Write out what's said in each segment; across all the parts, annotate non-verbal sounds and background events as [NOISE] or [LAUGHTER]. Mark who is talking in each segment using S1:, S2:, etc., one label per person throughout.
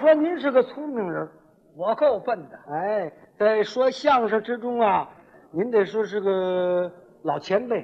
S1: 说您是个聪明人儿，
S2: 我够笨的，
S1: 哎，在说相声之中啊，您得说是个老前辈，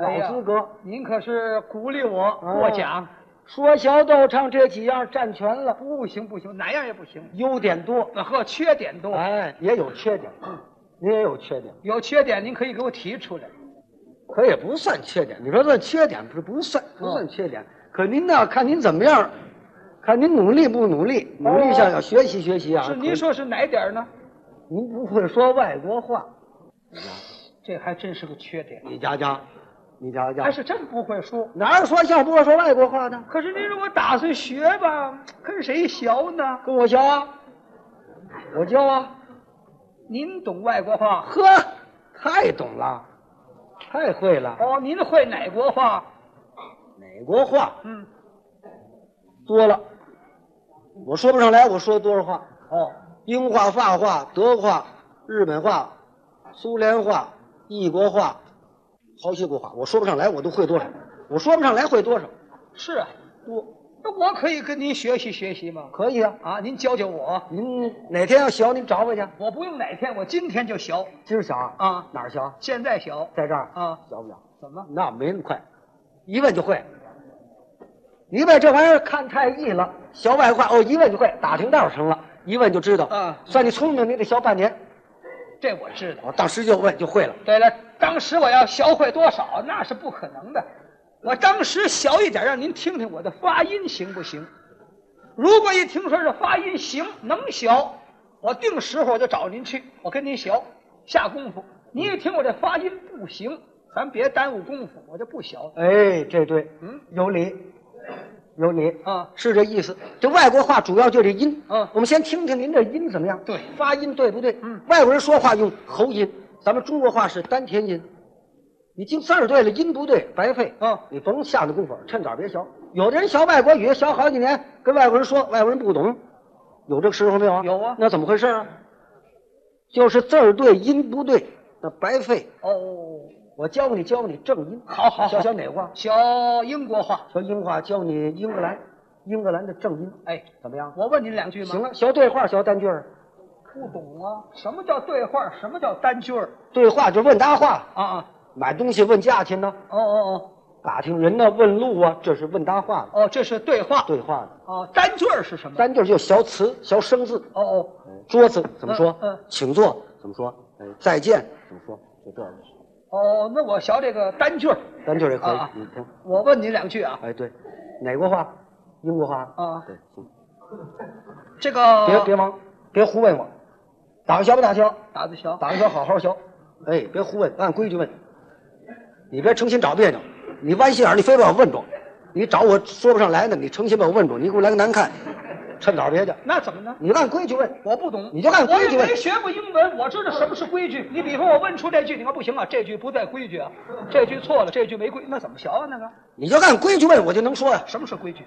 S2: 哎呀
S1: 老资格。
S2: 您可是鼓励我
S1: 啊
S2: 获奖。
S1: 说小道唱这几样占全了，
S2: 不行不行，哪样也不行。
S1: 优点多，
S2: 呵，缺点多，
S1: 哎，也有缺点，您也有缺点，
S2: 有缺点您可以给我提出来。
S1: 可也不算缺点。你说算缺点不不算不算缺点，可您呢，看您怎么样，看您努力不努力，努力向要学习学习啊。
S2: 哦是您说是哪点儿呢？
S1: 可您不会说外国话，
S2: 这还真是个缺点，
S1: 你瞧瞧，你瞧瞧
S2: 还，是真不会说。
S1: 哪有说笑不会说外国话的？
S2: 可是您说我打算学吧，跟谁学呢？
S1: 跟我学啊，我教啊。
S2: 您懂外国话
S1: 呵，太懂了，太会了。
S2: 哦？您会哪国话？
S1: 哪国话
S2: 嗯，
S1: 多了，我说不上来，我说多少话？
S2: 哦，
S1: 英话、法话、德话、日本话、苏联话、异国话、好几国话，我说不上来，我都会多少？我说不上来会多少？
S2: 是啊，
S1: 多
S2: 那我可以跟您学习学习吗？
S1: 可以啊。
S2: 啊，您教教我，
S1: 您哪天要学，您找我去。
S2: 我不用哪天，我今天就学，
S1: 今儿学啊？
S2: 啊
S1: 哪儿学？
S2: 现在学
S1: 在这儿？
S2: 啊？
S1: 学不了。
S2: 怎么？
S1: 那没那么快，一问就会。一问这玩意儿看太易了，学外话哦，一问就会，打听道儿成了，一问就知道。
S2: 啊
S1: 算你聪明，你得学半年，
S2: 这我知道。
S1: 我当时就问就会了。
S2: 对了，当时我要学会多少，那是不可能的。我当时学一点，让您听听我的发音行不行？如果一听说是发音行，能学，我定时候我就找您去，我跟您学，下功夫。您一听我这发音不行，咱别耽误功夫，我就不学了。
S1: 哎，这对，
S2: 嗯，
S1: 有理，有理
S2: 啊
S1: 是这意思。这外国话主要就这音，
S2: 嗯
S1: 我们先听听您这音怎么样？
S2: 对
S1: 发音对不对？
S2: 嗯
S1: 外国人说话用喉音，咱们中国话是丹田音。你经字儿对了，音不对，白费
S2: 嗯
S1: 你甭下那功夫，趁早别学。有的人学外国语，学好几年，跟外国人说，外国人不懂，有这个时候没有？
S2: 有啊
S1: 那怎么回事啊？就是字儿对，音不对，那白费。
S2: 哦，
S1: 我教你，教你正音。
S2: 好好好
S1: 学学哪话？
S2: 学英国话。
S1: 学英话，教你英格兰，英格兰的正音，
S2: 哎，
S1: 怎么样？
S2: 我问您两句吗？
S1: 行，了，学对话，学单句儿。
S2: 不懂啊，什么叫对话？什么叫单句儿？
S1: 对话就是问搭话，
S2: 啊啊，
S1: 买东西问价钱呢，
S2: 哦哦
S1: 打听人呢，问路啊，这是问搭话的，
S2: 哦哦，这是对话。
S1: 对话的。
S2: 哦，单句儿是什么？
S1: 单句儿就学词，学生字。
S2: 哦哦，
S1: 桌子怎么说
S2: 嗯嗯？
S1: 请坐怎么说？哎再见怎么说？就这样的。
S2: 哦，那我学这个单句儿。
S1: 单句儿也可以
S2: 啊，
S1: 你听。
S2: 我问你两句啊，
S1: 哎，对，哪国话？英国话。
S2: 啊
S1: 对，行
S2: 这个
S1: 别别忙，别胡问我，打个学不打学？
S2: 打字学，
S1: 打个学好好学。哎，别胡问，按规矩问。你别成心找别扭，你弯心眼儿，你非把我问住，你找我说不上来呢，你成心把我问住，你给我来个难看，趁早别去。
S2: 那怎么呢？
S1: 你按规矩问，
S2: 我不懂，
S1: 你就按
S2: 我
S1: 规矩
S2: 也
S1: 问
S2: 没学过英文，我知道什么是规矩。你比方我问出这句，你看不行啊，这句不在规矩啊，这句错了，这句没规，那怎么学啊？那个
S1: 你就按规矩问，我就能说呀、
S2: 什么是规矩？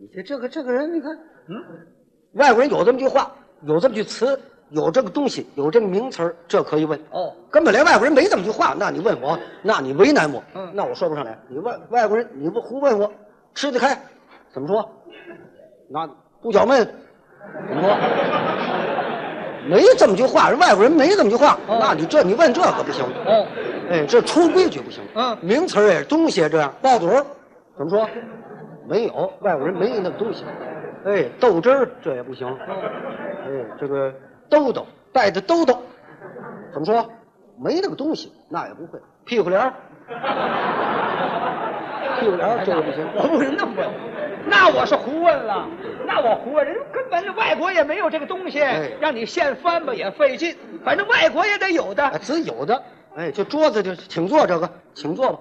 S1: 你这这个这个人，你看，
S2: 嗯，
S1: 外国人有这么句话，有这么句词，有这个东西，有这个名词儿，这可以问。
S2: 哦，
S1: 根本连外国人没这么句话，那你问我，那你为难我，
S2: 嗯
S1: 那我说不上来。你外外国人，你不胡问我，吃得开，怎么说？那不搅闷，怎么说？没这么句话，人外国人没这么句话，
S2: 哦
S1: 那你这你问这可不行，
S2: 哦，
S1: 哎，这出规矩不行。
S2: 嗯
S1: 名词儿也是东西也这样，爆肚儿怎么说？没有，外国人没那个东西。哎，豆汁儿这也不行。哎，这个兜兜带着兜兜，怎么说？没那个东西，那也不会。屁股帘儿， [LAUGHS] 屁股帘儿这哎也不行。
S2: 我不是那么问，那我是胡问了，那我胡问，人根本外国也没有这个东西
S1: 哎，
S2: 让你现翻吧也费劲，反正外国也得有
S1: 啊，
S2: 的。
S1: 只有的，哎，就桌子就请坐这个，请坐吧，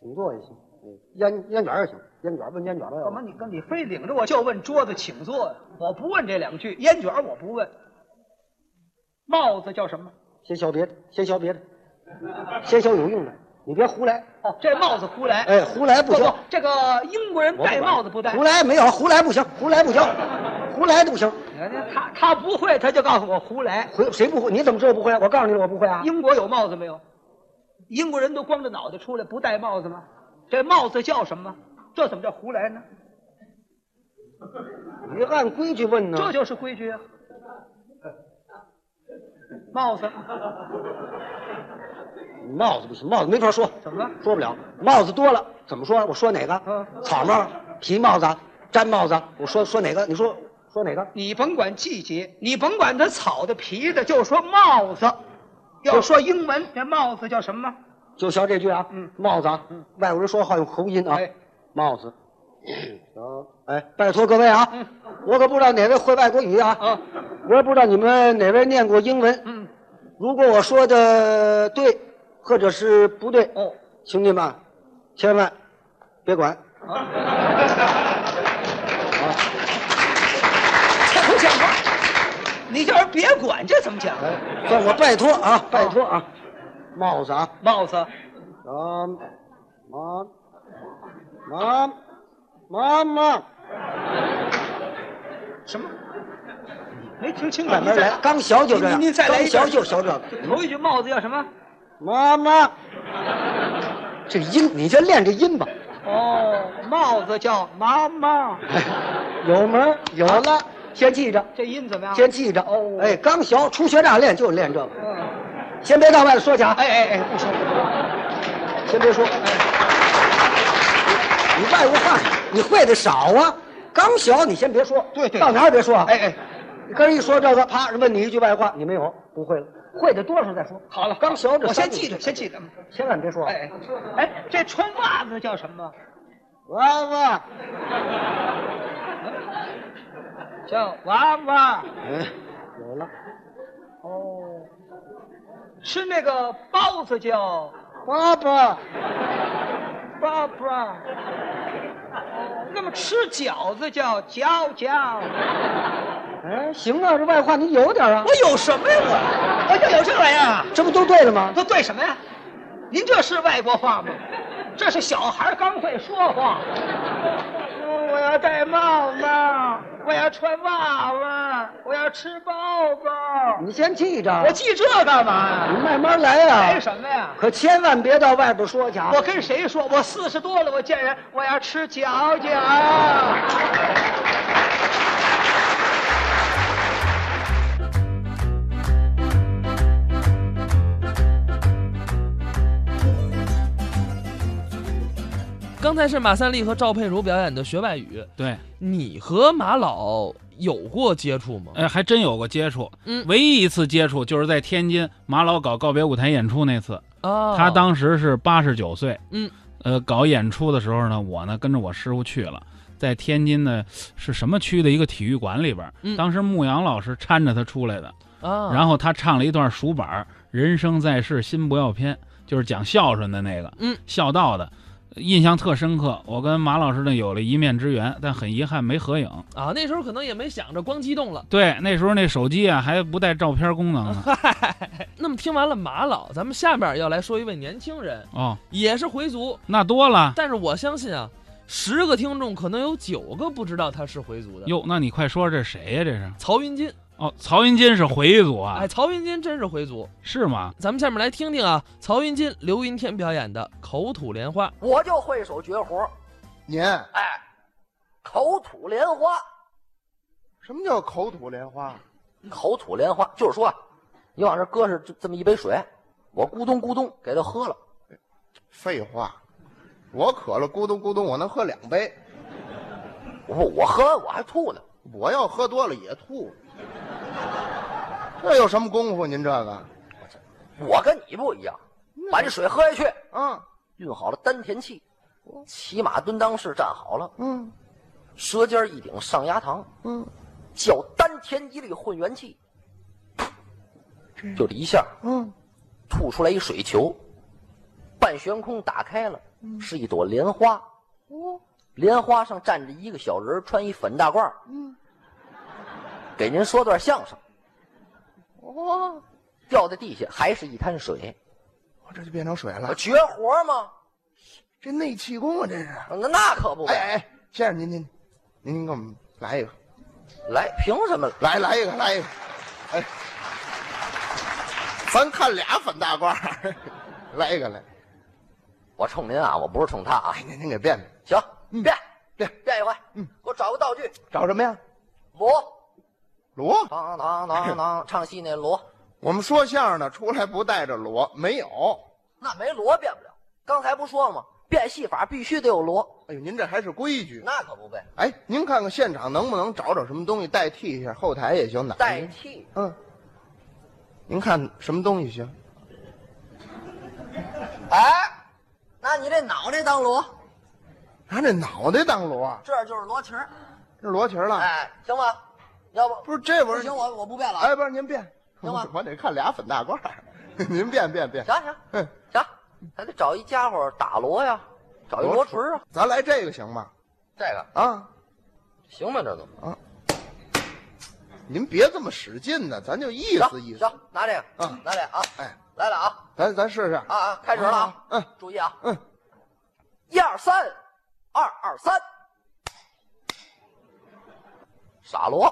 S1: 请坐也行。哎，烟烟卷儿也行，烟卷儿问烟卷儿吧。要
S2: 怎
S1: 不
S2: 么你跟你非领着我就问桌子请坐呀？我不问这两句，烟卷儿我不问，帽子叫什么？
S1: 先削别的，先削别的，先削有用的，你别胡来。
S2: 哦，这帽子胡来。
S1: 哎，胡来不
S2: 不
S1: 行
S2: 不，，这个英国人戴帽子不戴
S1: 胡。来没有，胡来不行，胡来不行，胡来都不行。
S2: 你看他他不会，他就告诉我胡来。
S1: 回谁不会？你怎么知道不会？我告诉你，我不会啊。
S2: 英国有帽子没有？英国人都光着脑袋出来，
S1: 嗯
S2: 不戴帽子吗？这帽子叫什么？这怎么叫胡来呢？
S1: 你按规矩问呢？
S2: 这就是规矩啊。帽子
S1: 帽子不行，帽子没法说，
S2: 怎么了？
S1: 说不了。帽子多了怎么说？我说哪个？
S2: 嗯
S1: 草帽、皮帽子、毡帽子，我说说哪个？你说说哪个？
S2: 你甭管季节，你甭管它草的、皮的，就说帽子。要说英文，这帽子叫什么？
S1: 就学这句啊，
S2: 嗯
S1: 帽子啊，
S2: 嗯
S1: 外国人说话有口音啊，
S2: 哎
S1: 帽
S2: [CLEARS THROAT]
S1: 子。行，哎，拜托各位啊，
S2: 嗯
S1: 我可不知道哪位会外国语啊，
S2: 啊，
S1: 我也不知道你们哪位念过英文。
S2: 嗯，
S1: 如果我说的对，或者是不对，
S2: 哦，
S1: 兄弟们，千万别管。
S2: 这不像话！你叫人别管，这怎么讲？啊
S1: 哎，算我拜托啊，拜托啊，帽子啊，
S2: 帽子，
S1: 啊，妈，妈，妈妈，
S2: 什么？没听清楚。
S1: 慢
S2: 你
S1: 慢
S2: 再
S1: 来，刚学就这样，
S2: 您您再来
S1: 刚
S2: 一遍
S1: 学就学这个。
S2: 头一句帽子叫什么？
S1: 妈妈，这音，你先练这音吧。
S2: 哦，帽子叫妈妈，
S1: 有门儿有了，先记着，
S2: 这音怎么样？
S1: 先记着。
S2: 哦
S1: 哎，刚学初学乍练就练这个，
S2: 嗯，
S1: 先别到外头说去啊，
S2: 哎哎哎，不说了，
S1: 先别说。
S2: 哎，
S1: 你外国话你会的少啊，刚学你先别说，
S2: 对对
S1: 到哪儿也别说啊。
S2: 哎哎，
S1: 你跟人一说这个，啪，人问你一句外话，你没有，不会了，会的多少再说。
S2: 好了，
S1: 刚学这，
S2: 我先记着，先记着。
S1: 千万别说。啊
S2: 哎哎哎，这穿袜子叫什么？
S1: 娃娃，
S2: 叫娃娃。
S1: 嗯，有了，
S2: 哦，吃那个包子叫
S1: 爸爸，
S2: 爸爸。哦那么吃饺子叫饺饺。
S1: 哎，行啊，这外话你有点啊，
S2: 我有什么呀我？我就有这玩意儿。
S1: 这不都对了吗？
S2: 都对什么呀？您这是外国话吗？这是小孩刚会说话。嗯我要戴帽子，我要穿袜子，我要吃包包。
S1: 你先记着，
S2: 我记这干嘛
S1: 你
S2: 呀？
S1: 慢慢来呀、
S2: 来什么呀？
S1: 可千万别到外边说去啊。
S2: 我跟谁说？我四十多了，我见人我要吃饺饺。
S3: 刚才是马三立和赵佩茹表演的学外语，
S4: 对，
S3: 你和马老有过接触吗？
S4: 哎，还真有过接触。
S3: 嗯
S4: 唯一一次接触就是在天津马老搞告别舞台演出那次，
S3: 啊，
S4: 呃他当时是八十九岁。
S3: 嗯，
S4: 呃，搞演出的时候呢，我呢跟着我师傅去了，在天津呢是什么区的一个体育馆里边儿。
S3: 嗯
S4: 当时牧羊老师搀着他出来的，
S3: 啊，
S4: 然后他唱了一段数板儿“人生在世心不要偏”，就是讲孝顺的那个，
S3: 嗯，
S4: 孝道的。印象特深刻，我跟马老师呢有了一面之缘，但很遗憾没合影。
S3: 啊，那时候可能也没想着，光激动了。
S4: 对，那时候那手机啊还不带照片功能呢。
S3: 那么听完了马老，咱们下面要来说一位年轻人，
S4: 哦，
S3: 也是回族，
S4: 那多了
S3: 但是我相信啊，十个听众可能有九个不知道他是回族的。
S4: 哟。那你快说这谁呀、这是
S3: 曹云金，
S4: 哦，曹云金是回族啊？
S3: 哎，曹云金真是回族。
S4: 是吗？
S3: 咱们下面来听听啊，曹云金、刘云天表演的《口吐莲花》。
S5: 我就会手绝活，
S6: 您
S5: 哎，口吐莲花，
S6: 什么叫口吐莲花？
S5: 口吐莲花，就是说啊，你往这搁上这这么一杯水，我咕咚咕咚给它喝了，
S6: 废话，我渴了，咕咚咕咚，我能喝两杯。
S5: 我我喝完我还吐呢，
S6: 我要喝多了也吐。这有什么功夫？您这个
S5: 我跟你不一样，把这水喝下去，
S6: 啊，
S5: 运好了丹田气，骑马蹲裆式站好了，
S6: 哦嗯
S5: 舌尖一顶上牙膛，
S6: 嗯
S5: 叫丹田一力混元气，就这一下
S6: 嗯，
S5: 吐出来一水球，半悬空打开了，是一朵莲花。
S6: 嗯哦，
S5: 莲花上站着一个小人儿，穿一粉大褂儿，
S6: 嗯
S5: 给您说段相声，
S6: 哦，啊
S5: 掉在地下还是一滩水，
S6: 我这就变成水
S5: 我
S6: 了。
S5: 绝活吗？
S6: 这内气功啊，这是。
S5: 那那可不呗，
S6: 哎哎，先生您您您您给我们来一个，
S5: 来，凭什么？
S6: 来来一个来一个，哎，咱看俩粉大褂儿， [LAUGHS] 来一个来，
S5: 我冲您啊，我不是冲他啊
S6: 哎，您您给变变。
S5: 行，
S6: 嗯
S5: 变
S6: 变
S5: 变一回，
S6: 嗯
S5: 给我我找个道具，
S6: 找什么呀？
S5: 锣。
S6: 锣。
S5: 当当当
S6: [LAUGHS]
S5: 当，唱戏那锣，
S6: 我们说相声的出来不带着锣，没有。
S5: 那没锣变不了。刚才不说了吗？变戏法必须得有锣，
S6: 哎呦，您这还是规矩。
S5: 那可不呗，
S6: 哎，您看看现场能不能找找什么东西代替一下，后台也行，哪
S5: 代替
S6: 嗯，您看什么东西行？嗯
S5: 哎，那你这脑袋当锣，
S6: 拿这脑袋当锣，
S5: 这就是锣琴儿，
S6: 这锣琴儿了。
S5: 哎，行吗？要不
S6: 嗯不是这玩
S5: 不
S6: 意
S5: 行，
S6: 儿，
S5: 我我不变了啊。
S6: 哎，不是您变，
S5: 行吗
S6: [LAUGHS] 我得看俩粉大褂儿， [LAUGHS] 您变变变。
S5: 行行
S6: 嗯
S5: 行，咱得找一家伙打锣呀，找一锣锤儿啊，
S6: 咱来这个行吗？
S5: 这个
S6: 啊，
S5: 行吧？这都
S6: 您别这么使劲呢，咱就意思意思。
S5: 行，拿这个，
S6: 嗯
S5: 拿这个啊，
S6: 哎，
S5: 来了啊
S6: 咱咱试试。
S5: 啊啊，开始了啊，
S6: 嗯，
S5: 注意啊，
S6: 嗯，
S5: 一二三，二二三，傻锣，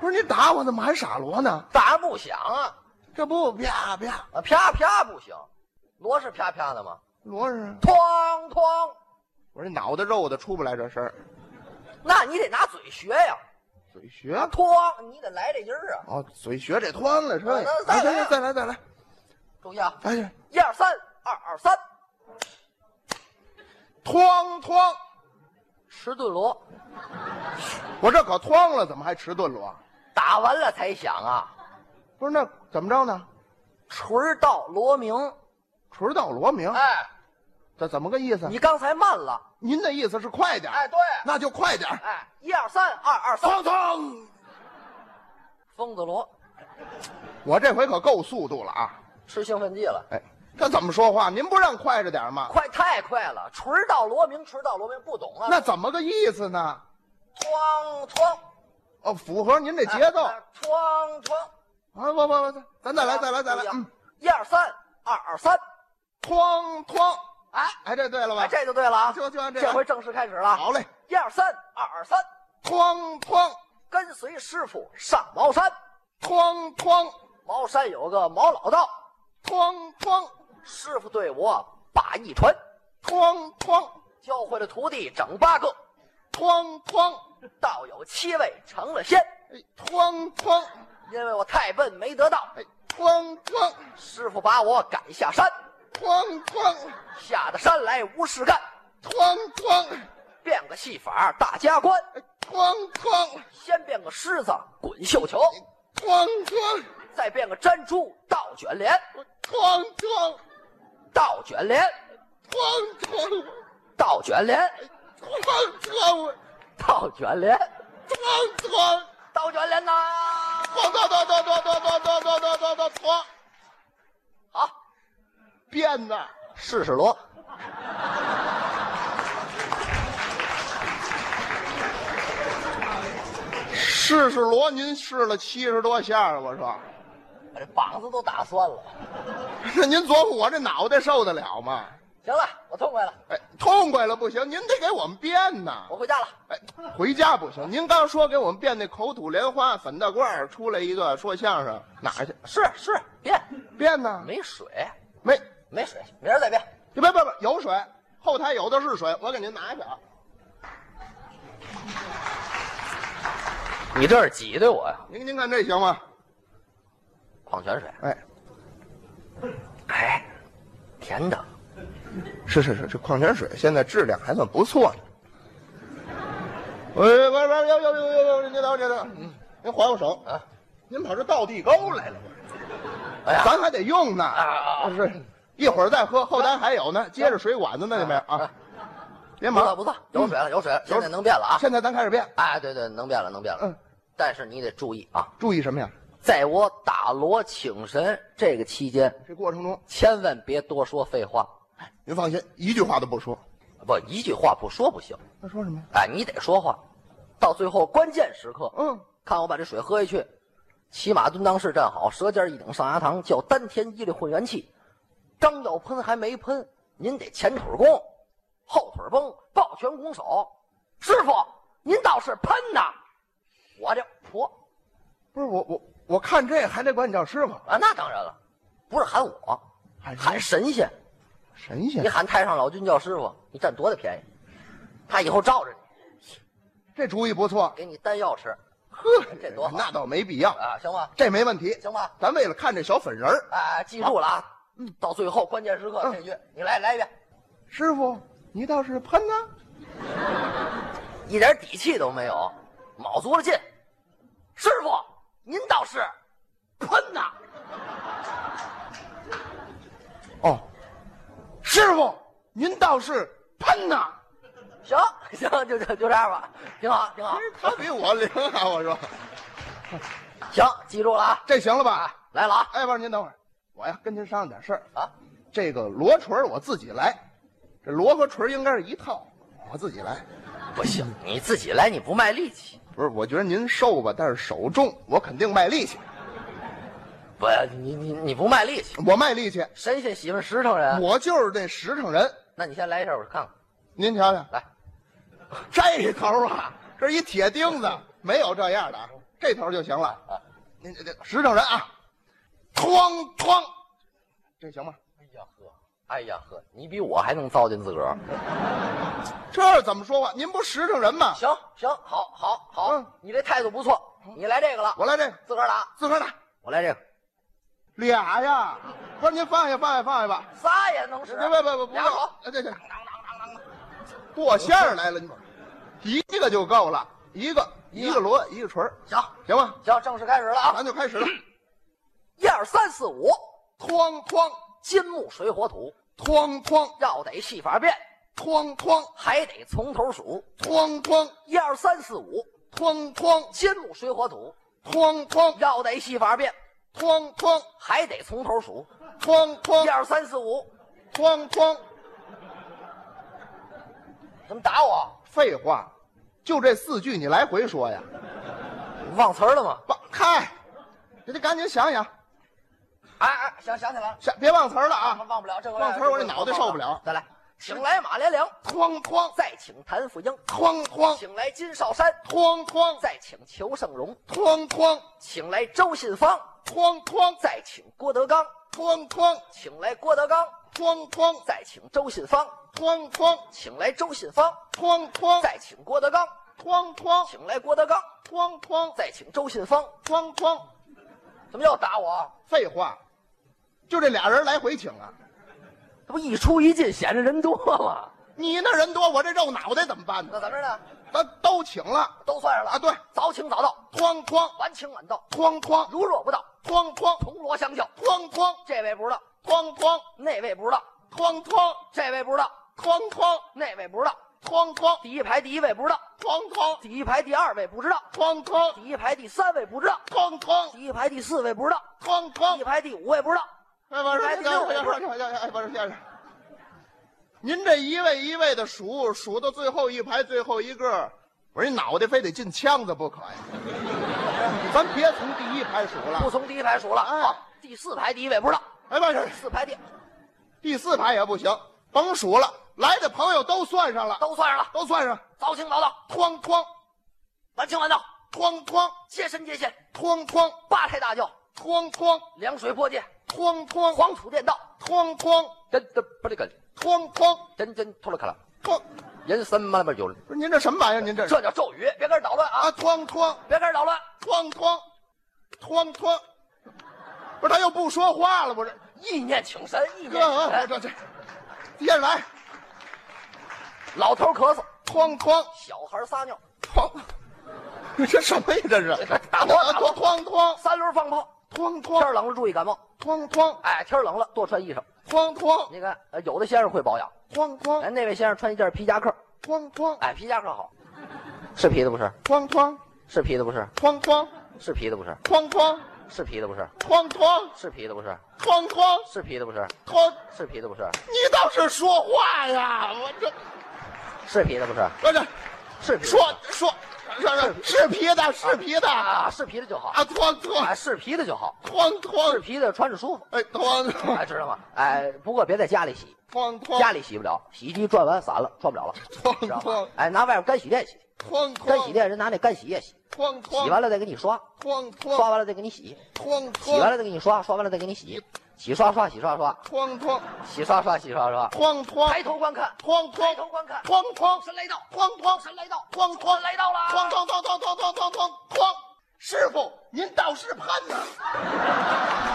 S6: 不是你打我，怎么还傻锣呢？
S5: 打不响啊，
S6: 这不啪啪
S5: 啊啪啪不行，锣是啪啪的吗？
S6: 锣是？
S5: 哐哐，
S6: 我这脑袋肉的出不来这声儿，
S5: 那你得拿嘴学呀，
S6: 嘴学
S5: 哐，你得来这音儿啊，
S6: 哦，嘴学这团了是吧？
S5: 啊那
S6: 哎
S5: 再来
S6: 再来再来，
S5: 注意啊，
S6: 哎呀，
S5: 一二三，二二三，
S6: 哐哐，
S5: 迟钝锣。
S6: 我这可哐了，怎么还迟钝了？
S5: 打完了才响啊！
S6: 不是那怎么着呢？
S5: 锤儿到罗明，
S6: 迟到罗明，
S5: 哎，
S6: 这怎么个意思？
S5: 你刚才慢了，
S6: 您的意思是快点儿？
S5: 哎，对，
S6: 那就快点儿，
S5: 哎，一二三，二二三，
S6: 哐当！
S5: 疯子罗
S6: 我这回可够速度了啊！
S5: 吃兴奋剂了，
S6: 哎，这怎么说话？您不让快着点儿吗？
S5: 快太快了，锤儿到罗明，锤儿到罗明，不懂啊，
S6: 那怎么个意思呢？
S5: 哐哐
S6: 哦，符合您这节奏。
S5: 哎哎哐哐，
S6: 啊，不不不，咱再来再来再来，
S5: 注意啊
S6: 嗯，，
S5: 一二三，二二三，
S6: 哐哐，
S5: 哎
S6: 哎，这对了吧
S5: 哎，？这就对了啊，
S6: 就就按这个
S5: 这回正式开始了，
S6: 好嘞，
S5: 一二三，二二三，
S6: 哐哐
S5: 跟随师傅上茅山，
S6: 哐哐
S5: 茅山有个毛老道，
S6: 哐哐
S5: 师傅对我把一传。
S6: 哐哐
S5: 教会了徒弟整八个，
S6: 哐哐，
S5: 道友七位成了仙。
S6: 哎，哐哐，
S5: 因为我太笨没得道，
S6: 哎，哐哐
S5: 师傅把我赶下山，
S6: 哐哐
S5: 下的山来无事干，
S6: 哐哐，
S5: 变个戏法大家观。
S6: 哎，哐哐
S5: 先变个狮子滚绣球，
S6: 哐哐
S5: 再变个粘猪倒卷帘，
S6: 哐哐
S5: 倒卷帘，
S6: 哐哐
S5: 倒卷帘，
S6: 哐哐
S5: 倒卷帘，
S6: 哐哐。
S5: 倒卷帘呐！
S6: 哐当当当当当当当当当当当哐！
S5: 好，
S6: 鞭子，
S5: 试试锣。
S6: 试试锣，您试了七十多下了，我说， [LAUGHS]
S5: 我这膀子都打酸了。
S6: 那您琢磨我这脑袋受得了吗？
S5: 行了，我痛快了，
S6: 哎，痛快了不行，您得给我们变呐
S5: 我！回家了。
S6: 哎，回家不行，您刚说给我们变那口吐莲花粉大褂儿出来一个说相声，哪儿去
S5: 是是，变
S6: 变呢？
S5: 没水。
S6: 没，
S5: 没水，明儿再变。
S6: 别别别，别有水，后台有的是水，我给您拿去啊。
S5: 你这是挤兑我呀？
S6: 您您看这行吗？
S5: 矿泉水，
S6: 哎，
S5: 哎，甜的，
S6: 是是是，这矿泉水现在质量还算不错呢。哎喂喂喂喂，呦呦呦呦呦，您等您等，嗯，您还我手
S5: 啊！
S6: 您跑这倒地沟来了，
S5: 哎呀
S6: 咱还得用呢。
S5: 啊
S6: 是，一会儿再喝，后台还有呢，接着水管子呢，那边啊，别
S5: 不错
S6: 忙，嗯
S5: 不错，有水了有水了，现在能变了啊！
S6: 现在咱开始变，
S5: 哎，对对，能变了能变了。
S6: 嗯，
S5: 但是你得注意啊，
S6: 注意什么呀？
S5: 在我打锣请神这个期间，
S6: 这过程中
S5: 千万别多说废话，
S6: 您放心，一句话都不说。
S5: 不一句话不说不行。
S6: 那说什么呀？
S5: 哎，你得说话，到最后关键时刻，
S6: 嗯，
S5: 看我把这水喝下去，骑马蹲裆式站好，舌尖一顶上牙膛，叫丹田一力混元气。张要喷还没喷，您得前腿弓，后腿绷，抱拳拱手。师傅，您倒是喷呐！我这婆
S6: 不是我我我看这还得管你叫师傅，
S5: 啊，那当然了，不是喊我，
S6: 喊谁
S5: 喊神仙。
S6: 神仙
S5: 你。喊太上老君叫师傅，你占多大便宜？他以后罩着你。
S6: 这主意不错。
S5: 给你丹药吃
S6: 呵，
S5: 这多好
S6: 那倒没必要，
S5: 啊，行吧？
S6: 这没问题。
S5: 行吧？
S6: 咱为了看这小粉人儿，
S5: 啊，记住了啊！嗯到最后关键时刻这句，你来来一遍，
S6: 师傅，你倒是喷啊！
S5: 一点底气都没有，卯足了劲。师傅，您倒是喷呐！
S6: 哦，师傅，您倒是喷呐！
S5: 行行，就就就这样吧，挺好挺好。
S6: 他比我灵啊！我说
S5: 行，记住了啊！
S6: 这行了吧？
S5: 来了啊！
S6: 哎，不是您等会儿，我呀跟您商量点事儿
S5: 啊。
S6: 这个罗锤儿我自己来，这罗和锤儿应该是一套，我自己来。
S5: 不行，你自己来，你不卖力气。
S6: 不是，我觉得您瘦吧，但是手重，我肯定卖力气。
S5: 不，你你你不卖力气，
S6: 我卖力气，
S5: 谁信媳妇石头人？
S6: 我就是那实诚人。
S5: 那你先来一下，我看看。
S6: 您瞧瞧，
S5: 来，
S6: [LAUGHS] 这头啊，这一铁钉子，没有这样的啊，这头就行了。
S5: 啊
S6: 您这这实诚人啊，哐哐，这行吗？
S5: 哎呀呵，哎呀呵，你比我还能糟践自个儿。
S6: 这怎么说话？您不实诚人吗？
S5: 行行，好，好，好，
S6: 嗯
S5: 你这态度不错，你来这个了，
S6: 我来这个，
S5: 自个儿打，
S6: 自个儿打
S5: 嗯我来这个，
S6: 俩呀！不是您放下放下放下吧。
S5: 仨也能使。
S6: 别别别别，不
S5: 俩
S6: 要
S5: 好！，
S6: 哎对对，剁馅儿来了，你一个就够了，一个一个锣一个锤儿，
S5: 行
S6: 行吧？
S5: 行，正式开始了啊！
S6: 咱就开始了，
S5: 一二三四五，
S6: 哐哐
S5: 金木水火土，
S6: 哐哐
S5: 要得戏法变，
S6: 哐哐
S5: 还得从头数。
S6: 哐哐
S5: 一二三四五，
S6: 哐哐
S5: 金木水火土，
S6: 哐哐
S5: 要得戏法变，
S6: 哐哐
S5: 还得从头数。
S6: 哐
S5: 一
S6: 哐
S5: 二三四五，
S6: 哐哐，
S5: 怎么打我？
S6: 废话，就这四句你来回说呀，
S5: 你忘词儿了吗？
S6: 把开，你得赶紧想想，
S5: 哎哎，想想起来了，
S6: 想别忘词儿了
S5: 啊，
S6: 啊！
S5: 忘不了这个。
S6: 忘词儿我这脑袋受不了
S5: 再来，请来马连良，
S6: 哐哐
S5: 再请谭富英，
S6: 哐哐
S5: 请来金少山，
S6: 哐哐
S5: 再请裘盛戎，
S6: 哐哐
S5: 请来周信芳，
S6: 哐哐
S5: 再请郭德纲，
S6: 哐哐。
S5: 请来郭德纲，
S6: 哐哐
S5: 再请周信芳，
S6: 哐哐
S5: 请来周信芳，
S6: 哐哐
S5: 再请郭德纲，
S6: 哐哐
S5: 请来郭德纲，
S6: 哐哐
S5: 再请周信芳。
S6: 哐哐，
S5: 怎么又打我啊？
S6: 废话，就这俩人来回请啊！
S5: 这不一出一进，显着人多吗？
S6: 你那人多，我这肉脑袋怎么办
S5: 那
S6: 呢？
S5: 咱们呢？
S6: 咱都请了，
S5: 都算上了
S6: 啊对
S5: 早请早到，
S6: 哐哐
S5: 晚请晚到，
S6: 哐哐
S5: 如若不到，
S6: 哐哐
S5: 铜锣相叫。
S6: 哐哐
S5: 这位不知道，
S6: 哐哐
S5: 那位不知道，
S6: 哐哐
S5: 这位不知道，
S6: 哐哐
S5: 那位不知道，
S6: 哐哐
S5: 第一排第一位不知道，
S6: 哐哐
S5: 第一排第二位不知道，
S6: 哐哐
S5: 第一排第三位不知道，
S6: 哐哐
S5: 第一排第四位不知道，
S6: 哐
S5: 第
S6: 哐
S5: 一。排第五位不知道。
S6: 哎，不是，哎，不是先生，您这一位一位的数，数到最后一排最后一个，我说你脑袋非得进腔子不可呀！咱别从第一排数
S5: 不
S6: 了，
S5: 从第一排数了，
S6: 哎
S5: 好，第四排第一位不知道，
S6: 哎，不是
S5: 第，四排第
S6: 第四排也不行，甭数了，来的朋友都算上了，
S5: 都算上了，
S6: 都算上，
S5: 早请早到，
S6: 哐哐
S5: 晚请晚到，
S6: 哐哐
S5: 接神接线，
S6: 哐哐
S5: 八抬大轿，
S6: 哐哐
S5: 凉水泼界，
S6: 哐哐
S5: 黄土垫道，
S6: 哐哐
S5: 真真不这个，
S6: 哐哐
S5: 真真脱了卡了，
S6: 哐，
S5: 人参嘛那边有了，
S6: 不是您这什么玩意儿？您这
S5: 这叫咒语，别跟人捣乱啊
S6: 啊，，哐哐。
S5: 别跟人捣乱。
S6: 哐哐，哐哐，不是他又不说话了，不是
S5: 意念请神，意
S6: 哥，
S5: 念请
S6: 啊
S5: 神。
S6: 这这，接着来，
S5: 老头咳嗽，
S6: 哐哐
S5: 小孩撒尿，
S6: 哐，你这什么呀？这是
S5: 哎打包打包
S6: 哐哐
S5: 三轮放炮。
S6: 哐
S5: 天
S6: 哐哐
S5: 儿冷了注意感冒，
S6: 哐哐
S5: 哎，天儿冷了多穿衣裳。
S6: 哐哐
S5: 你看，呃有的先生会保养，
S6: 哐哐
S5: 哎，那位先生穿一件皮夹克，
S6: 哐哐
S5: 哎，皮夹克好，是皮的不是？
S6: 哐哐
S5: 是皮的不是？
S6: 哐哐
S5: 是皮的不是？
S6: 哐哐
S5: 是皮的不是？
S6: 哐哐
S5: 是皮的不是？
S6: 哐哐
S5: 是皮的不是？
S6: 哐，
S5: 是皮的不是？
S6: 你倒是说话呀！我这
S5: 是皮的不是？
S6: 我这
S5: 是皮的
S6: 说说说说是皮的，是皮的啊！
S5: 啊，是皮的就好，
S6: 哐哐
S5: 哎，是皮的就好，
S6: 哐
S5: 是
S6: 哐，
S5: 皮的穿着舒服，
S6: 哎哐哐
S5: 哎，知道吗？哎，不过别在家里洗，
S6: 哐
S5: 家
S6: 哐
S5: 里洗不了，洗衣机转完散了，转不了了。
S6: 哐
S5: 知道
S6: 哐
S5: 吧？哎，拿外边干洗店洗，
S6: 哐
S5: 干洗
S6: 哐
S5: 店人拿那干洗液洗，
S6: 哐
S5: 洗
S6: 哐
S5: 完了再给你刷，
S6: 哐
S5: 刷
S6: 哐
S5: 完了再给你洗，
S6: 哐
S5: 洗完
S6: 哐
S5: 了再给你刷，刷完了再给你洗，洗刷刷，洗刷刷，
S6: 哐哐
S5: 洗刷刷，洗刷刷，
S6: 哐哐，
S5: 抬头观看，
S6: 哐哐，
S5: 抬头观看
S6: 哐哐，
S5: 神来到，
S6: 哐哐，
S5: 神来到，
S6: 哐哐
S5: 来到了
S6: 哐哐哐哐哐哐哐哐哐，师傅，您倒是潘呐！